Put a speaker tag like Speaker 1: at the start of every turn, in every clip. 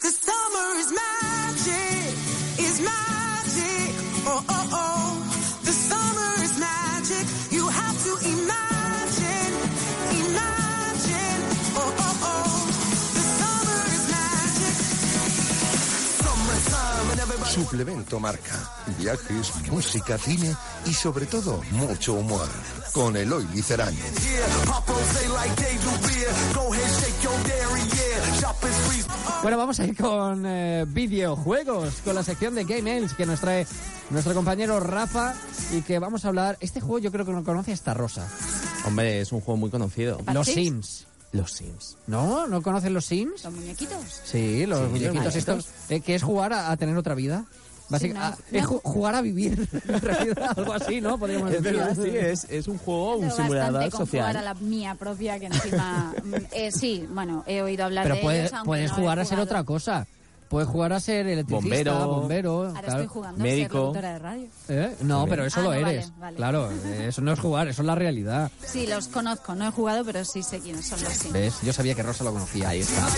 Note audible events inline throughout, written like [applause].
Speaker 1: The summer is magic, is magic. Oh, oh, oh. The summer is magic. You have to imagine, imagine. Oh, oh, oh. The summer is magic. Summertime and everybody.
Speaker 2: Suplemento marca, viajes, música, cine y sobre todo mucho humor. Con Eloy Licerán.
Speaker 3: Bueno, vamos a ir con eh, videojuegos, con la sección de Game Ends que nos trae nuestro compañero Rafa y que vamos a hablar. Este juego yo creo que no conoce hasta Rosa.
Speaker 4: Hombre, es un juego muy conocido.
Speaker 5: ¿Ah,
Speaker 3: Los Sims.
Speaker 4: Los Sims.
Speaker 3: ¿No? ¿No conocen los Sims?
Speaker 5: Los muñequitos.
Speaker 3: Sí, los muñequitos
Speaker 4: claro.
Speaker 3: estos. eh, que es jugar a, a tener otra vida. Básica-
Speaker 5: no,
Speaker 3: a- es ju- jugar a vivir. [laughs] en realidad, Algo así, ¿no? Podríamos
Speaker 4: Es
Speaker 3: decir.
Speaker 4: verdad, sí, eh. es, es un juego, un
Speaker 5: Bastante
Speaker 4: simulador
Speaker 5: con jugar a
Speaker 4: social.
Speaker 5: la mía propia, que encima.
Speaker 4: [laughs]
Speaker 5: mm, eh, sí, bueno, he oído hablar
Speaker 3: Pero
Speaker 5: de
Speaker 3: puedes,
Speaker 5: ellos, aunque
Speaker 3: puedes
Speaker 5: no he
Speaker 3: jugar a ser
Speaker 5: jugado.
Speaker 3: otra cosa. Puedes jugar a ser electricista,
Speaker 4: Bombero.
Speaker 3: bombero.
Speaker 5: Ahora
Speaker 3: claro.
Speaker 5: estoy jugando
Speaker 4: médico.
Speaker 5: a ser locutora de radio.
Speaker 3: ¿Eh? No, pero eso
Speaker 5: Ah,
Speaker 3: lo
Speaker 5: no, vale,
Speaker 3: eres.
Speaker 5: vale.
Speaker 3: Claro, eh, eso no es jugar, eso es la realidad.
Speaker 5: Sí, los conozco. No he jugado, pero sí sé quiénes son los Sims.
Speaker 3: ¿Ves? Yo sabía que Rosa lo conocía. Ahí está.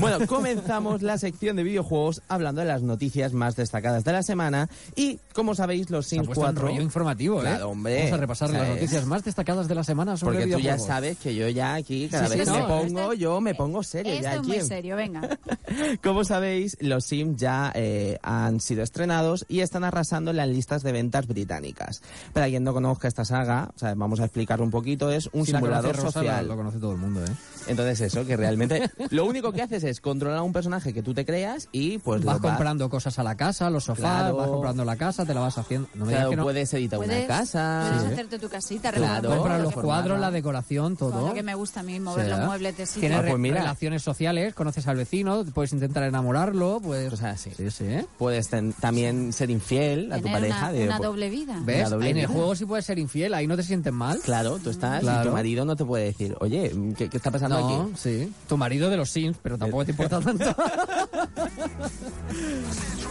Speaker 4: Bueno,
Speaker 5: [laughs]
Speaker 4: comenzamos la sección de videojuegos hablando de las noticias más destacadas de la semana. Y, como sabéis, los
Speaker 3: Se ha
Speaker 4: Sims
Speaker 3: puesto un
Speaker 4: 4.
Speaker 3: rollo informativo, ¿eh?
Speaker 4: Claro, hombre.
Speaker 3: Vamos a repasar las
Speaker 4: ¿Sabes?
Speaker 3: noticias más destacadas de la semana sobre
Speaker 4: Porque tú ya
Speaker 3: videojuegos.
Speaker 4: sabes que yo ya aquí, cada
Speaker 3: Sí, sí,
Speaker 4: vez que
Speaker 3: no,
Speaker 4: me pongo,
Speaker 5: este-
Speaker 4: yo me pongo serio.
Speaker 5: Esto
Speaker 4: ya
Speaker 5: es
Speaker 4: aquí.
Speaker 5: muy serio, venga.
Speaker 4: Como sabéis, los Sims ya eh, han sido estrenados y están arrasando en las listas de ventas británicas. Para quien no conozca esta saga, o sea, vamos a explicar un poquito, es un
Speaker 3: Si la conoce
Speaker 4: simulador
Speaker 3: Rosa, la-
Speaker 4: social.
Speaker 3: Lo conoce todo el mundo, ¿eh?
Speaker 4: Entonces eso, que realmente lo único que haces es controlar a un personaje que tú te creas y pues
Speaker 3: vas
Speaker 4: lo vas-
Speaker 3: comprando cosas a la casa, los sofás,
Speaker 4: Claro.
Speaker 3: vas comprando la casa, te la vas haciendo. No me digas
Speaker 4: Claro,
Speaker 3: que no.
Speaker 4: puedes editar una
Speaker 5: Puedes-
Speaker 4: casa. ¿eh?
Speaker 5: Puedes
Speaker 4: Sí.
Speaker 5: hacerte tu casita,
Speaker 4: Claro.
Speaker 5: remodelar
Speaker 4: Comprar
Speaker 3: comprar
Speaker 5: todo
Speaker 3: los
Speaker 5: lo que-
Speaker 3: cuadros,
Speaker 4: formarla.
Speaker 3: la decoración, todo.
Speaker 5: con lo que me gusta a mí, mover
Speaker 3: Sí,
Speaker 5: los
Speaker 3: ¿eh?
Speaker 5: muebles de sitio.
Speaker 3: Tienes
Speaker 4: Ah, pues
Speaker 3: re-
Speaker 4: mira.
Speaker 3: relaciones sociales, conoces al vecino, puedes intentar enamorarlo, puedes...
Speaker 4: Cosas así.
Speaker 3: Sí, sí, ¿eh?
Speaker 4: Puedes ten- también ser infiel a tu
Speaker 5: Tener
Speaker 4: pareja.
Speaker 5: una,
Speaker 4: de- pues,
Speaker 5: una doble vida.
Speaker 4: Ve-
Speaker 3: ¿Ves?
Speaker 4: doble
Speaker 3: En el
Speaker 4: vida.
Speaker 3: juego sí puedes ser infiel, ahí no te sientes mal.
Speaker 4: Claro, tú estás y
Speaker 3: Claro.
Speaker 4: tu marido no te puede decir, oye, ¿qué, qué está pasando
Speaker 3: No,
Speaker 4: aquí?
Speaker 3: sí. Tu marido de los Sims, pero tampoco te
Speaker 4: Eh,
Speaker 3: importa tanto.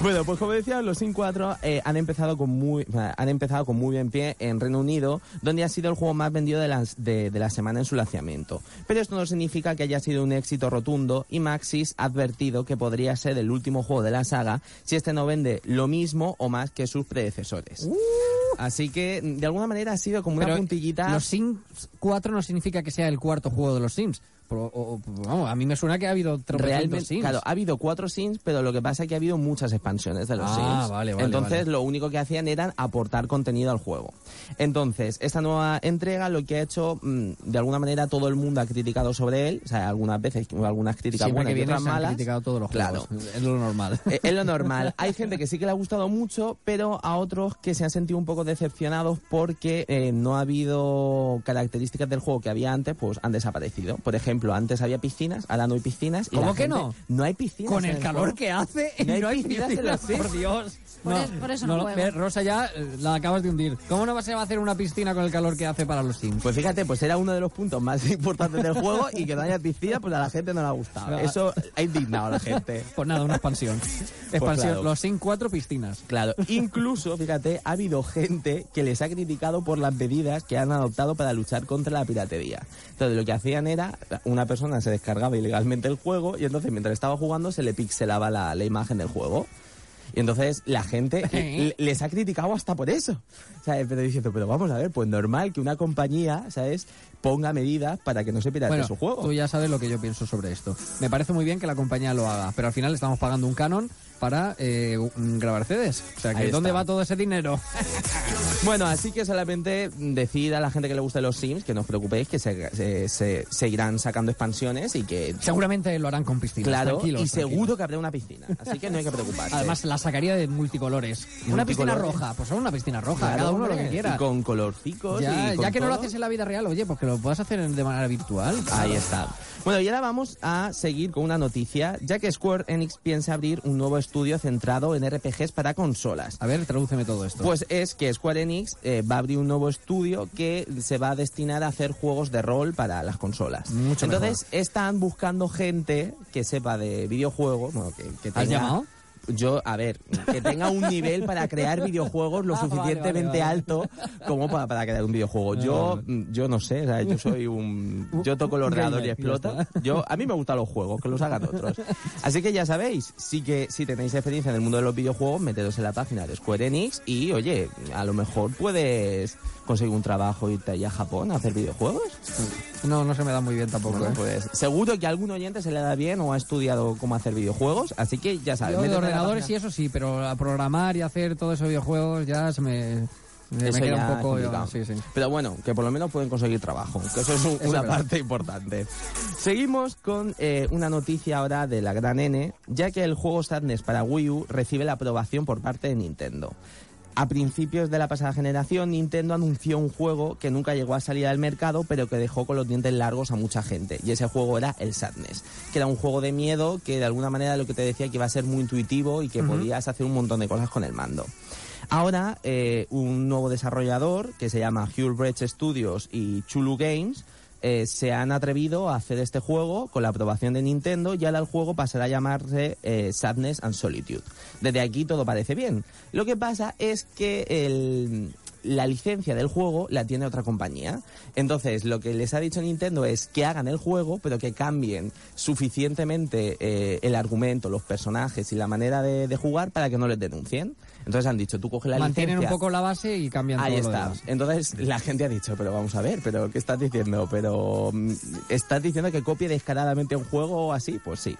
Speaker 4: Bueno, pues como decía, los Sims 4 eh, han, empezado con muy, han empezado con muy buen pie en Reino Unido, donde ha sido el juego más vendido de, las- de- de la semana en su lanzamiento. Pero esto no significa que haya sido un éxito rotundo y Maxis ha advertido que podría ser el último juego de la saga si este no vende lo mismo o más que sus predecesores. Así que, de alguna manera, ha sido como [laughs] una
Speaker 3: Pero
Speaker 4: puntillita...
Speaker 3: Los Sims 4 no significa que sea el cuarto juego de los Sims. Pero, o- o- vamos, a mí me suena que ha habido 300
Speaker 4: Realmente,
Speaker 3: Sims.
Speaker 4: claro, ha habido cuatro Sims, pero lo que pasa es que ha habido muchas expansiones de los
Speaker 3: Ah,
Speaker 4: Sims.
Speaker 3: vale, vale,
Speaker 4: Entonces,
Speaker 3: vale.
Speaker 4: lo único que hacían era aportar contenido al juego. Entonces, esta nueva entrega lo que ha hecho, mm, de alguna manera, todo el mundo ha criticado sobre él. O sea, algunas veces, algunas críticas
Speaker 3: Siempre
Speaker 4: buenas
Speaker 3: que
Speaker 4: y
Speaker 3: viene
Speaker 4: otras
Speaker 3: se han
Speaker 4: malas.
Speaker 3: criticado todos los
Speaker 4: Claro.
Speaker 3: juegos. Es lo normal.
Speaker 4: [laughs] Eh, Es lo normal. Hay gente que sí que le ha gustado mucho, pero a otros que se han sentido un poco decepcionados porque eh, no ha habido características del juego que había antes, pues han desaparecido. Por ejemplo, antes había piscinas, ahora no hay piscinas. y
Speaker 3: ¿Cómo
Speaker 4: la
Speaker 3: que
Speaker 4: gente-
Speaker 3: no?
Speaker 4: No hay
Speaker 3: [laughs]
Speaker 4: piscinas.
Speaker 3: Con
Speaker 4: en
Speaker 3: el calor
Speaker 4: juego.
Speaker 3: que hace,
Speaker 4: [laughs] No hay
Speaker 3: no hay
Speaker 4: piscinas en
Speaker 3: piscinas,
Speaker 4: los Sims.
Speaker 3: por Dios.
Speaker 5: Por es- por eso no juego.
Speaker 3: ve, Rosa ya eh, la acabas de hundir. ¿Cómo no se va a hacer una piscina con el calor que hace para los Sims?
Speaker 4: Pues fíjate, pues era uno de los puntos más [laughs] importantes del juego y que no haya piscina, pues a la gente no le
Speaker 3: [laughs]
Speaker 4: ha gustado. Eso ha indignado a la gente.
Speaker 3: Pues nada, una expansión.
Speaker 4: [laughs]
Speaker 3: expansión.
Speaker 4: Pues claro.
Speaker 3: Los Sims 4 piscinas.
Speaker 4: Claro, incluso, fíjate, ha habido gente que les ha criticado por las medidas que han adoptado para luchar contra la piratería. Entonces, lo que hacían era, una persona se descargaba ilegalmente el juego y entonces mientras estaba jugando se le pixelaba la, la imagen del juego. Y entonces la gente le- les ha criticado hasta por eso. ¿Sabes? Pero diciendo, pero vamos a ver, pues normal que una compañía, ¿sabes?, ponga medidas para que no se pirate
Speaker 3: Bueno,
Speaker 4: su juego.
Speaker 3: tú ya sabes lo que yo pienso sobre esto. Me parece muy bien que la compañía lo haga, pero al final estamos pagando un canon para eh, mm, grabar CDs. O sea, que
Speaker 4: Ahí
Speaker 3: ¿dónde
Speaker 4: está.
Speaker 3: va todo ese
Speaker 4: [laughs]
Speaker 3: dinero?
Speaker 4: Bueno, así que solamente decir a la gente que le guste los Sims que no os preocupéis, que se, se- se- seguirán sacando expansiones y que.
Speaker 3: Seguramente lo harán con piscinas.
Speaker 4: Claro,
Speaker 3: tranquilos,
Speaker 4: y
Speaker 3: tranquilos.
Speaker 4: seguro que habrá una piscina. Así que no hay que preocuparse.
Speaker 3: Además, las sacaría de multicolores. Una piscina
Speaker 4: Multicolores.
Speaker 3: roja, pues son una piscina roja,
Speaker 4: Claro,
Speaker 3: cada uno lo
Speaker 4: hombre.
Speaker 3: que quiera.
Speaker 4: Y con colorcicos.
Speaker 3: ya
Speaker 4: y con
Speaker 3: ya que no lo
Speaker 4: todo.
Speaker 3: haces en la vida real, oye, pues que lo puedas hacer en- de manera virtual.
Speaker 4: Ahí está. Bueno, y ahora vamos a seguir con una noticia, ya que Square Enix piensa abrir un nuevo estudio centrado en RPGs para consolas.
Speaker 3: A ver, tradúceme todo esto.
Speaker 4: Pues es que Square Enix eh, va a abrir un nuevo estudio que se va a destinar a hacer juegos de rol para las consolas.
Speaker 3: Mucho
Speaker 4: Entonces están buscando gente que sepa de videojuegos, bueno, que, que tenga...
Speaker 3: ¿Has llamado?
Speaker 4: Yo, a ver, que tenga un nivel para crear videojuegos lo
Speaker 3: Ah, vale,
Speaker 4: suficientemente
Speaker 3: vale, Ah, vale.
Speaker 4: alto como para, para crear un videojuego. Yo, mm, yo no sé, o sea, yo soy un... Yo toco el
Speaker 3: Un
Speaker 4: ordenador y
Speaker 3: gamer, ya
Speaker 4: explota. Yo, a mí me gustan los juegos, que los hagan otros. Así que ya sabéis, sí que si tenéis experiencia en el mundo de los videojuegos, metedos en la página de Square Enix y, oye, a lo mejor puedes conseguir un trabajo, irte allá a Japón a hacer videojuegos.
Speaker 3: No, no se me da muy bien tampoco.
Speaker 4: Bueno,
Speaker 3: ¿eh?
Speaker 4: pues seguro que a algún oyente se le da bien o ha estudiado cómo hacer videojuegos, así que ya sabes.
Speaker 3: Yo de
Speaker 4: métete en la
Speaker 3: ordenadores y
Speaker 4: página.
Speaker 3: eso sí, pero a programar y hacer todo eso de videojuegos ya se me, me,
Speaker 4: Eso
Speaker 3: me queda
Speaker 4: ya
Speaker 3: un poco...
Speaker 4: es complicado.
Speaker 3: sí, sí.
Speaker 4: Pero bueno, que por lo menos pueden conseguir trabajo, que eso es un- una
Speaker 3: verdad.
Speaker 4: parte importante. Seguimos con eh, una noticia ahora de la gran N, ya que el juego Sadness para Wii U recibe la aprobación por parte de Nintendo. A principios de la pasada generación, Nintendo anunció un juego que nunca llegó a salir al mercado, pero que dejó con los dientes largos a mucha gente. Y ese juego era el Sadness, que era un juego de miedo que de alguna manera lo que te decía que iba a ser muy intuitivo y que podías hacer un montón de cosas con el mando. Ahora, eh, un nuevo desarrollador que se llama Hurebrecht Studios y Chulu Games eh, se han atrevido a hacer este juego con la aprobación de Nintendo y ahora el juego pasará a llamarse eh, Sadness and Solitude. Desde aquí todo parece bien. Lo que pasa es que el- la licencia del juego la tiene otra compañía. Entonces, lo que les ha dicho Nintendo es que hagan el juego, pero que cambien suficientemente eh, el argumento, los personajes y la manera de, de jugar para que no les denuncien. Entonces han dicho, tú coges la
Speaker 3: Mantienen un
Speaker 4: licencia.
Speaker 3: poco la base y cambian
Speaker 4: Ahí
Speaker 3: todo lo
Speaker 4: está.
Speaker 3: demás.
Speaker 4: Entonces la gente ha dicho, pero vamos a ver, pero ¿qué estás diciendo? Pero mm, ¿estás diciendo que copie descaradamente un juego o así? Pues sí,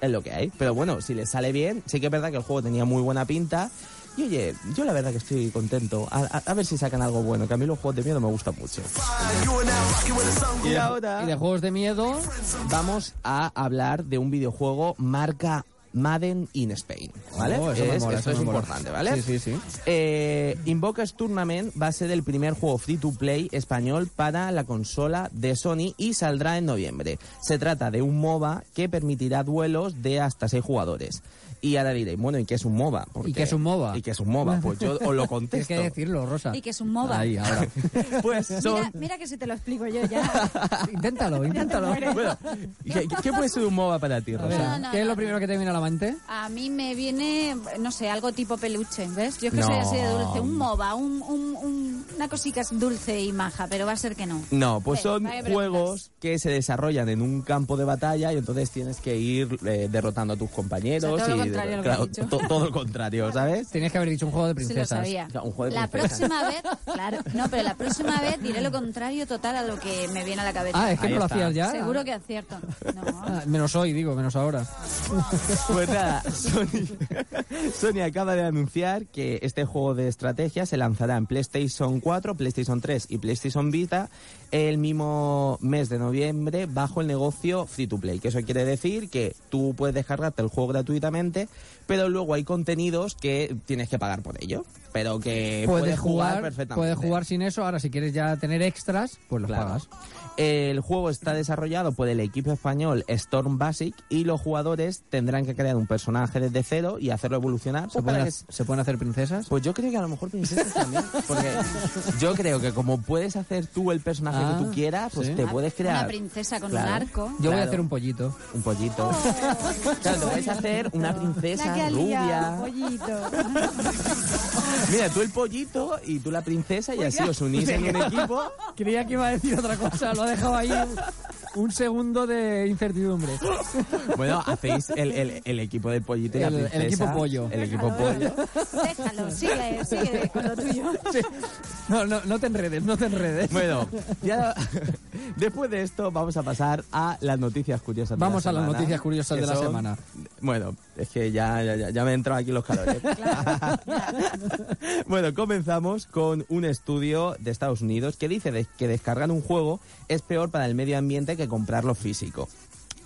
Speaker 4: es lo que hay. Pero bueno, si les sale bien, sí que es verdad que el juego tenía muy buena pinta. Y oye, yo la verdad que estoy contento. A, a- a ver si sacan algo bueno, que a mí los juegos de miedo me gustan mucho. Y ahora...
Speaker 3: Y de juegos de miedo,
Speaker 4: Vamos a hablar de un videojuego marca Madden in Spain, ¿vale?
Speaker 3: Oh, eso me
Speaker 4: es,
Speaker 3: mola,
Speaker 4: esto
Speaker 3: eso
Speaker 4: es
Speaker 3: me mola.
Speaker 4: importante, ¿vale?
Speaker 3: Sí, sí, sí.
Speaker 4: Eh, Invocas Tournament va a ser el primer juego free to play español para la consola de Sony y saldrá en noviembre. Se trata de un MOBA que permitirá duelos de hasta seis jugadores. Y ahora diréis, bueno, ¿y qué es un MOBA? Porque-
Speaker 3: ¿Y qué es un MOBA?
Speaker 4: ¿Y qué es un MOBA? Pues yo
Speaker 3: [laughs]
Speaker 4: os lo
Speaker 3: tienes
Speaker 4: contesto.
Speaker 3: que decirlo, Rosa.
Speaker 5: Y que es un MOBA.
Speaker 3: Ahí,
Speaker 4: [laughs]
Speaker 3: ahora.
Speaker 4: Pues son...
Speaker 5: Mira, mira que si te lo explico yo
Speaker 4: [laughs]
Speaker 5: ya.
Speaker 3: inténtalo,
Speaker 5: [laughs]
Speaker 3: inténtalo.
Speaker 4: Bueno, ¿qué, qué puede ser un MOBA para ti,
Speaker 3: A ver,
Speaker 4: Rosa?
Speaker 5: No, no,
Speaker 3: ¿Qué es
Speaker 5: no,
Speaker 3: lo
Speaker 5: no.
Speaker 3: primero que te viene a la mente?
Speaker 5: A mí me viene, no sé, algo tipo peluche, ¿ves? Yo es que
Speaker 4: No.
Speaker 5: soy así de dulce, un MOBA, un, un- un- una cosica dulce y maja, pero va a ser que no.
Speaker 4: No, pues
Speaker 5: Sí,
Speaker 4: son
Speaker 5: no me preguntas.
Speaker 4: juegos que se desarrollan en un campo de batalla y entonces tienes que ir eh, derrotando a tus compañeros.
Speaker 5: O sea, todo lo
Speaker 4: y,
Speaker 5: contrario a lo que
Speaker 4: claro,
Speaker 5: has dicho.
Speaker 4: to- todo lo contrario, ¿sabes?
Speaker 3: Tenías que haber dicho un juego de
Speaker 5: Se lo
Speaker 3: princesas.
Speaker 5: sabía.
Speaker 4: Claro, un juego de
Speaker 5: La
Speaker 4: princesas.
Speaker 5: próxima vez, claro, no, pero la próxima vez diré lo contrario total a lo que me viene a la cabeza.
Speaker 3: Ah, es que
Speaker 4: Ahí
Speaker 3: no lo
Speaker 4: está.
Speaker 3: hacías ya.
Speaker 5: Seguro que acierto. No.
Speaker 3: Ah, menos hoy, digo, menos ahora.
Speaker 4: Pues nada, Sony, [laughs] Sony acaba de anunciar que este juego de estrategia se lanzará en PlayStation 4, PlayStation 3 y PlayStation Vita el mismo mes de noviembre bajo el negocio Free to Play. Que eso quiere decir que tú puedes descargarte el juego gratuitamente, pero luego hay contenidos que tienes que pagar por ello. Pero que puedes, jugar, perfectamente.
Speaker 3: Puedes jugar sin eso. Ahora, si quieres ya tener extras, pues los
Speaker 4: Claro.
Speaker 3: pagas.
Speaker 4: El juego está desarrollado por el equipo español Storm Basic y los jugadores tendrán que crear un personaje desde cero y hacerlo evolucionar.
Speaker 3: ¿Se
Speaker 4: pues, para
Speaker 3: pueden,
Speaker 4: que-
Speaker 3: ha- ¿Se pueden hacer princesas?
Speaker 4: pues yo creo que a lo mejor princesas [laughs] también. Porque yo creo que como puedes hacer tú el personaje
Speaker 3: Ah,
Speaker 4: que tú quieras, pues
Speaker 3: sí.
Speaker 4: te puedes crear.
Speaker 5: Una princesa con
Speaker 4: Claro.
Speaker 5: un arco.
Speaker 3: Yo voy a
Speaker 4: Claro.
Speaker 3: hacer un pollito.
Speaker 4: Un pollito. Claro, te puedes hacer una princesa
Speaker 5: Oh. La que ha
Speaker 4: rubia.
Speaker 5: liado, pollito.
Speaker 4: Mira, tú el pollito y tú la princesa y así os unís en un equipo.
Speaker 3: Creía que iba a decir otra cosa. Lo ha dejado ahí un segundo de incertidumbre.
Speaker 4: Bueno, hacéis el, el- el equipo del pollito y la
Speaker 3: El- el
Speaker 4: princesa.
Speaker 3: equipo pollo.
Speaker 4: El equipo pollo.
Speaker 5: Déjalo, sigue, sigue con lo tuyo.
Speaker 3: No, no, no te enredes, no te enredes.
Speaker 4: Bueno, [laughs] ya después de esto vamos a pasar a las noticias curiosas. de
Speaker 3: Vamos
Speaker 4: la
Speaker 3: a las
Speaker 4: semana,
Speaker 3: noticias curiosas
Speaker 4: que
Speaker 3: de la semana.
Speaker 4: Bueno, es que ya, ya, ya- ya me han entrado aquí
Speaker 3: [laughs]
Speaker 4: los calores. [laughs] bueno, comenzamos con un estudio de Estados Unidos que dice de- que descargar un juego es peor para el medio ambiente que comprarlo físico.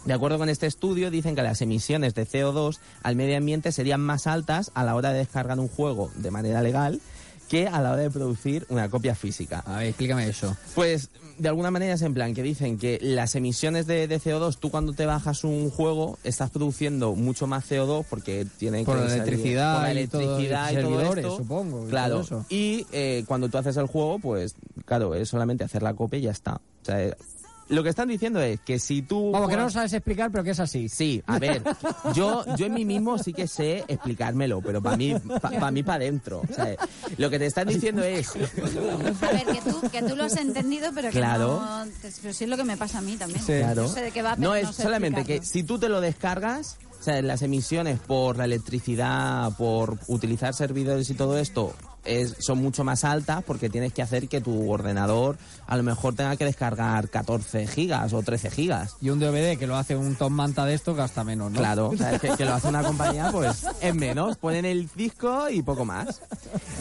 Speaker 4: De acuerdo con este estudio, dicen que las emisiones de CO2 al medio ambiente serían más altas a la hora de descargar un juego de manera legal que a la hora de producir una copia física.
Speaker 3: A ver, explícame eso.
Speaker 4: Pues de alguna manera es en plan que dicen que las emisiones de, de CO2, tú cuando te bajas un juego estás produciendo mucho más CO2 porque tiene
Speaker 3: Por
Speaker 4: que
Speaker 3: la
Speaker 4: salir-
Speaker 3: electricidad
Speaker 4: por la
Speaker 3: y todo-
Speaker 4: electricidad
Speaker 3: y
Speaker 4: y todo
Speaker 3: servidores,
Speaker 4: esto.
Speaker 3: supongo, y
Speaker 4: Claro.
Speaker 3: todo eso.
Speaker 4: Y eh, cuando tú haces el juego, pues claro, es solamente hacer la copia y ya está. O sea, eh, lo que están diciendo es que si tú
Speaker 3: Vamos, que no lo
Speaker 4: juegas-
Speaker 3: sabes explicar, pero que es así.
Speaker 4: Sí, a ver, yo, yo en mí mismo sí que sé explicármelo, pero para mí, para mí para adentro. lo que te están diciendo es,
Speaker 5: A ver, que tú, que tú lo has entendido, pero que
Speaker 4: Claro.
Speaker 5: no... te- Pero sí es lo que me pasa a mí también.
Speaker 3: Sí. Claro.
Speaker 5: No sé de qué va, pero
Speaker 4: no es
Speaker 5: sé
Speaker 4: solamente que
Speaker 5: explicarlo.
Speaker 4: si tú te lo descargas, o sea, las emisiones por la electricidad, por utilizar servidores y todo esto, es- son mucho más altas porque tienes que hacer que tu ordenador a lo mejor tenga que descargar 14 gigas o 13 gigas.
Speaker 3: Y un DVD que lo hace un Tom Manta de esto gasta menos, ¿no?
Speaker 4: Claro,
Speaker 3: [laughs]
Speaker 4: o sea, es que, que lo hace una compañía, pues es menos. Ponen el disco y poco más.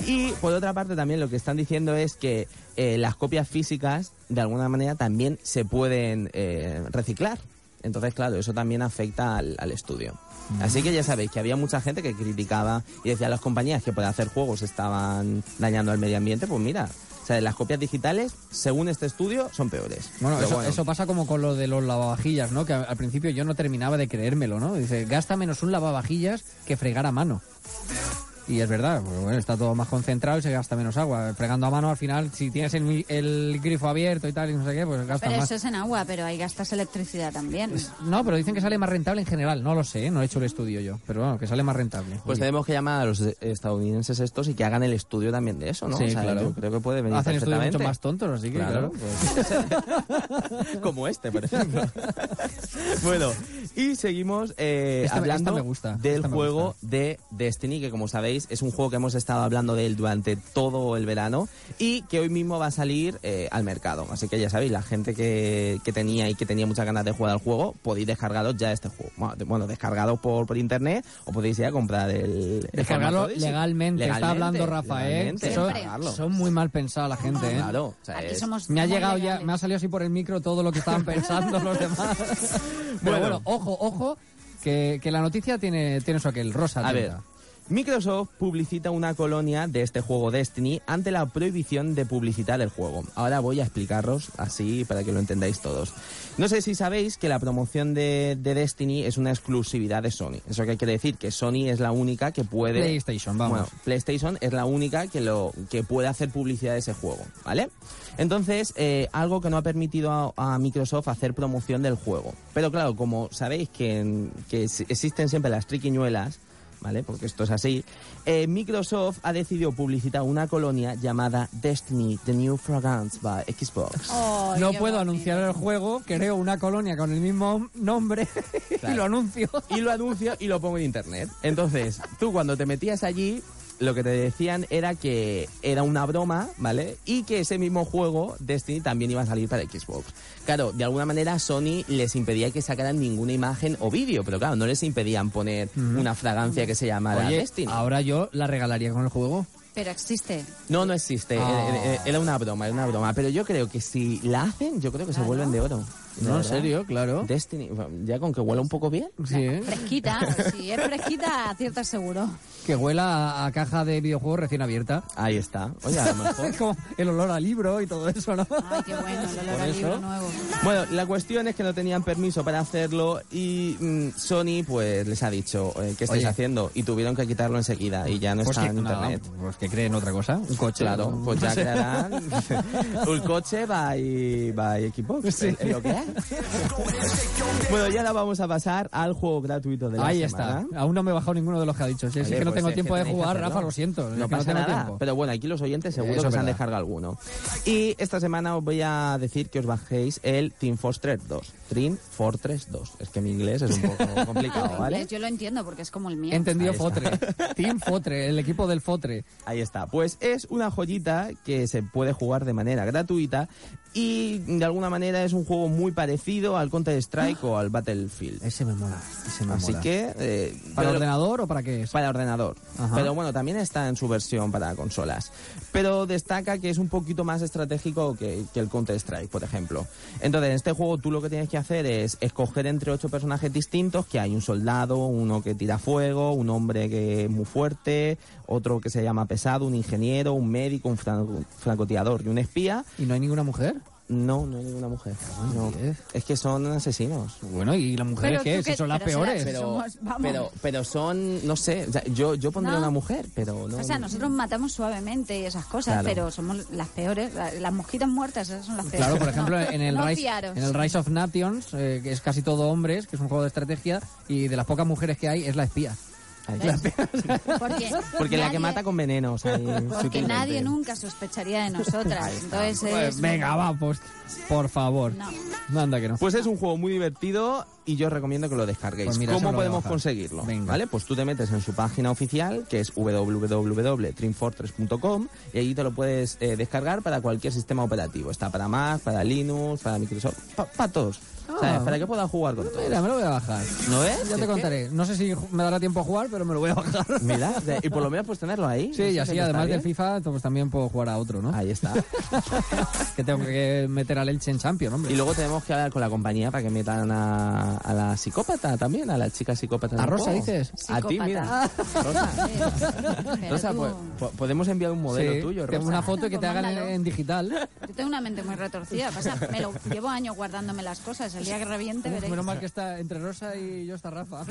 Speaker 4: Y por otra parte, también lo que están diciendo es que eh, las copias físicas, de alguna manera, también se pueden eh, reciclar. Entonces, claro, eso también afecta al, al estudio.
Speaker 3: Mm.
Speaker 4: Así que ya sabéis que había mucha gente que criticaba y decía a las compañías que por hacer juegos estaban dañando al medio ambiente. Pues mira, o sea, las copias digitales, según este estudio, son peores.
Speaker 3: Bueno eso,
Speaker 4: Pero
Speaker 3: eso pasa como con lo de los lavavajillas, ¿no? Que a- al principio yo no terminaba de creérmelo, ¿no? Dice, gasta menos un lavavajillas que fregar a mano. Y es verdad, porque, bueno, está todo más concentrado y se gasta menos agua. Fregando a mano, al final, si tienes el, mi- el grifo abierto y tal, y no sé qué, pues gastas
Speaker 5: Pero
Speaker 3: más.
Speaker 5: eso es en agua, pero ahí gastas electricidad también.
Speaker 4: Pues,
Speaker 3: No, pero dicen que sale más rentable en general. No lo sé, ¿eh? no he hecho el estudio yo. Pero bueno, que sale más rentable.
Speaker 4: Pues
Speaker 3: Oye,
Speaker 4: tenemos que llamar a los eh, estadounidenses estos y que hagan el estudio también de eso, ¿no?
Speaker 3: Sí,
Speaker 4: O sea,
Speaker 3: claro.
Speaker 4: Yo creo que puede venir
Speaker 3: hacen estudios
Speaker 4: perfectamente.
Speaker 3: mucho más tontos, así que claro.
Speaker 4: Claro. Pues [laughs] Como este,
Speaker 3: [laughs]
Speaker 4: por ejemplo. bueno, y seguimos eh,
Speaker 3: Esta me- esta
Speaker 4: hablando
Speaker 3: me gusta,
Speaker 4: del
Speaker 3: esta me
Speaker 4: juego
Speaker 3: gusta.
Speaker 4: de Destiny, que como sabéis es un juego que hemos estado hablando de él durante todo el verano y que hoy mismo va a salir eh, al mercado. Así que ya sabéis, la gente que, que tenía y que tenía muchas ganas de jugar al juego, podéis descargaros ya este juego. Bueno, de- Bueno, descargados por, por internet o podéis ir a comprar el... el
Speaker 3: Descargarlo
Speaker 4: formato físico.
Speaker 3: legalmente, está hablando Rafa, ¿eh?
Speaker 4: legalmente,
Speaker 3: Son-
Speaker 4: descargarlo.
Speaker 3: Son muy mal pensada la gente, ¿eh?
Speaker 4: Claro, o sea,
Speaker 5: Aquí
Speaker 4: es-
Speaker 5: somos...
Speaker 3: Me ha
Speaker 5: somos
Speaker 3: llegado ya,
Speaker 5: legales.
Speaker 3: me ha salido así por el micro todo lo que estaban pensando los
Speaker 4: [laughs]
Speaker 3: demás. Pero
Speaker 4: Bueno.
Speaker 3: bueno, ojo, ojo, que, que la noticia tiene, tiene eso aquel, rosa.
Speaker 4: A ver,
Speaker 3: atenta.
Speaker 4: Microsoft publicita una colonia de este juego Destiny ante la prohibición de publicitar el juego. Ahora voy a explicaros así para que lo entendáis todos. No sé si sabéis que la promoción de, de Destiny es una exclusividad de Sony. ¿Eso qué quiere decir? Que Sony es la única que puede...
Speaker 3: PlayStation, vamos.
Speaker 4: Bueno, PlayStation es la única que, lo, que puede hacer publicidad de ese juego, ¿vale? Entonces, eh, algo que no ha permitido a, a Microsoft hacer promoción del juego. Pero claro, como sabéis que, en- que s- existen siempre las triquiñuelas, ¿vale? Porque esto es así. eh, Microsoft ha decidido publicitar una colonia llamada Destiny, The New Fragrance by Xbox.
Speaker 5: Oh,
Speaker 3: No
Speaker 5: qué
Speaker 3: puedo
Speaker 5: bonito.
Speaker 3: anunciar el juego, creo una colonia con el mismo nombre [laughs] y
Speaker 4: Claro.
Speaker 3: lo anuncio.
Speaker 4: y lo anuncio y lo pongo en internet. Entonces, tú cuando te metías allí, lo que te decían era que era una broma, ¿vale? Y que ese mismo juego, Destiny, también iba a salir para Xbox. Claro, de alguna manera Sony les impedía que sacaran ninguna imagen o vídeo, pero claro, no les impedían poner una fragancia que se llamara
Speaker 3: Oye,
Speaker 4: Destiny.
Speaker 3: ahora yo la regalaría con el juego.
Speaker 5: Pero existe.
Speaker 4: No, no existe.
Speaker 3: Ah.
Speaker 4: Era- Era, era una broma, era una broma. Pero yo creo que si la hacen, yo creo que se vuelven de oro. De
Speaker 3: No, en
Speaker 4: verdad.
Speaker 3: serio, claro.
Speaker 4: Destiny, ya con que huela un poco bien.
Speaker 3: Sí, ¿eh?
Speaker 5: Fresquita, si es fresquita, acierta seguro.
Speaker 3: que huela a, a caja de videojuegos recién abierta.
Speaker 4: Ahí está. Oye, a
Speaker 3: [laughs]
Speaker 4: lo mejor.
Speaker 3: Como el olor a libro y todo eso, ¿no?
Speaker 5: Ay, qué bueno, el olor
Speaker 3: Por
Speaker 5: al
Speaker 3: eso,
Speaker 5: libro nuevo.
Speaker 4: Bueno, la cuestión es que no tenían permiso para hacerlo y mm, Sony pues les ha dicho eh, ¿qué estáis
Speaker 3: Oye.
Speaker 4: haciendo? Y tuvieron que quitarlo enseguida y ya no
Speaker 3: pues
Speaker 4: está
Speaker 3: que,
Speaker 4: en
Speaker 3: nada,
Speaker 4: internet.
Speaker 3: pues que creen otra cosa, un coche.
Speaker 4: Claro,
Speaker 3: ¿no? [laughs]
Speaker 4: pues ya crearán [laughs] un coche by, by Xbox. ¿Es Eh, lo que hay? [laughs] bueno, y ahora vamos a pasar al juego gratuito de la
Speaker 3: Ahí
Speaker 4: semana.
Speaker 3: está. Aún no me he bajado ninguno de los que ha dicho. Sí, es
Speaker 4: Oye,
Speaker 3: que no
Speaker 4: pues
Speaker 3: tengo
Speaker 4: es
Speaker 3: tiempo de
Speaker 4: tenéis que
Speaker 3: jugar,
Speaker 4: hacerlo.
Speaker 3: Rafa, lo siento. es
Speaker 4: No
Speaker 3: que no
Speaker 4: pasa
Speaker 3: tengo
Speaker 4: nada.
Speaker 3: tiempo.
Speaker 4: Pero bueno, aquí los oyentes seguro
Speaker 3: Eso
Speaker 4: que
Speaker 3: es
Speaker 4: se han
Speaker 3: verdad.
Speaker 4: descargado alguno. Y esta semana os voy a decir que os bajéis el Team Fortress 2. Team Fortress 2. Es que mi inglés es un
Speaker 3: [laughs]
Speaker 4: poco complicado, Ah, ¿vale?
Speaker 5: Yo lo entiendo porque es como el mío.
Speaker 3: Entendido
Speaker 4: Ahí
Speaker 3: Fotre. Team Fotre, el equipo del Fotre.
Speaker 4: Ahí está. Pues es una joyita que se puede jugar de manera gratuita Y de alguna manera es un juego muy parecido al Counter-Strike o al Battlefield.
Speaker 3: Ese me mola. Ese me
Speaker 4: Así
Speaker 3: mola.
Speaker 4: que. eh,
Speaker 3: ¿Para
Speaker 4: pero-
Speaker 3: ordenador o para qué es?
Speaker 4: para ordenador.
Speaker 3: Ajá.
Speaker 4: Pero bueno, también está en su versión para consolas. Pero destaca que es un poquito más estratégico que, que el Counter-Strike, por ejemplo. Entonces, en este juego tú lo que tienes que hacer es escoger entre ocho personajes distintos, que hay un soldado, uno que tira fuego, un hombre que es muy fuerte, otro que se llama pesado, un ingeniero, un médico, un fran- francotirador y un espía.
Speaker 3: ¿Y no hay ninguna mujer?
Speaker 4: No, no hay ninguna mujer. No.
Speaker 3: Dios.
Speaker 4: Es que son asesinos.
Speaker 3: Bueno, ¿y las mujeres
Speaker 5: Pero
Speaker 3: qué?
Speaker 5: tú
Speaker 3: Si
Speaker 5: qué-
Speaker 3: son las
Speaker 5: pero será-
Speaker 3: peores.
Speaker 5: pero-
Speaker 4: Pero,
Speaker 5: Somos- vamos.
Speaker 4: pero, pero son, no sé, o sea, yo, yo pondría
Speaker 5: No.
Speaker 4: una mujer, pero no.
Speaker 5: O sea, nosotros matamos suavemente y esas cosas,
Speaker 4: Claro.
Speaker 5: pero somos las peores. la- Las mosquitas muertas, esas son las peores.
Speaker 3: Claro, por
Speaker 5: No,
Speaker 3: ejemplo, en, el
Speaker 5: no
Speaker 3: Rise,
Speaker 5: fiaros.
Speaker 3: en el Rise of Nations, eh, que es casi todo hombres, que es un juego de estrategia, y de las pocas mujeres que hay es la espía.
Speaker 4: Ahí.
Speaker 5: Porque,
Speaker 4: Porque la que
Speaker 5: nadie-
Speaker 4: mata con venenos. ahí,
Speaker 5: [laughs] Porque
Speaker 4: sutilmente.
Speaker 5: nadie nunca sospecharía de nosotras. Entonces
Speaker 3: Pues
Speaker 5: es-
Speaker 3: venga, va, pues, por favor.
Speaker 5: No.
Speaker 3: Manda que no.
Speaker 4: Pues es un juego muy divertido y yo os recomiendo que lo descarguéis.
Speaker 3: Pues mira, eso
Speaker 4: ¿Cómo
Speaker 3: lo voy a
Speaker 4: podemos
Speaker 3: bajar.
Speaker 4: conseguirlo?
Speaker 3: Venga.
Speaker 4: ¿Vale? Pues tú te metes en su página oficial, que es www.dreamfortress.com, y allí te lo puedes eh, descargar para cualquier sistema operativo. Está para Mac, para Linux, para Microsoft, para todos. ¿Sabes? Para que puedas jugar con todos.
Speaker 3: Mira, me lo voy a bajar.
Speaker 4: ¿No ves?
Speaker 3: Ah. Ya
Speaker 4: Es
Speaker 3: te
Speaker 4: que-
Speaker 3: contaré. No sé si ju- me dará tiempo a jugar, pero me lo voy a
Speaker 4: [laughs]
Speaker 3: bajar.
Speaker 4: Mira, o sea, y por lo menos pues tenerlo ahí.
Speaker 3: Sí,
Speaker 4: No
Speaker 3: y
Speaker 4: sé,
Speaker 3: así,
Speaker 4: que está
Speaker 3: además del
Speaker 4: bien.
Speaker 3: FIFA, pues también puedo jugar a otro, ¿no?
Speaker 4: Ahí está.
Speaker 3: Que tengo que meter al Elche en Champions, hombre.
Speaker 4: Y luego tenemos que hablar con la compañía para que metan a, a la psicópata también, a la chica psicópata. del
Speaker 3: ¿A Rosa
Speaker 4: juego.
Speaker 3: dices?
Speaker 4: A ti,
Speaker 5: Psicópata.
Speaker 4: mira. Rosa,
Speaker 5: Pero
Speaker 4: Rosa,
Speaker 5: tú-
Speaker 4: pues, po- podemos enviar un modelo
Speaker 3: Sí,
Speaker 4: tuyo,
Speaker 3: tengo
Speaker 4: Rosa.
Speaker 3: una foto y que te
Speaker 5: Pues
Speaker 3: hagan en,
Speaker 5: mándalo.
Speaker 3: en digital.
Speaker 5: Yo tengo una mente muy retorcida. Pasa, me lo, llevo años guardándome las cosas. El día que reviente
Speaker 3: Uf,
Speaker 5: veréis. [laughs]
Speaker 3: menos mal que está entre Rosa y yo está Rafa.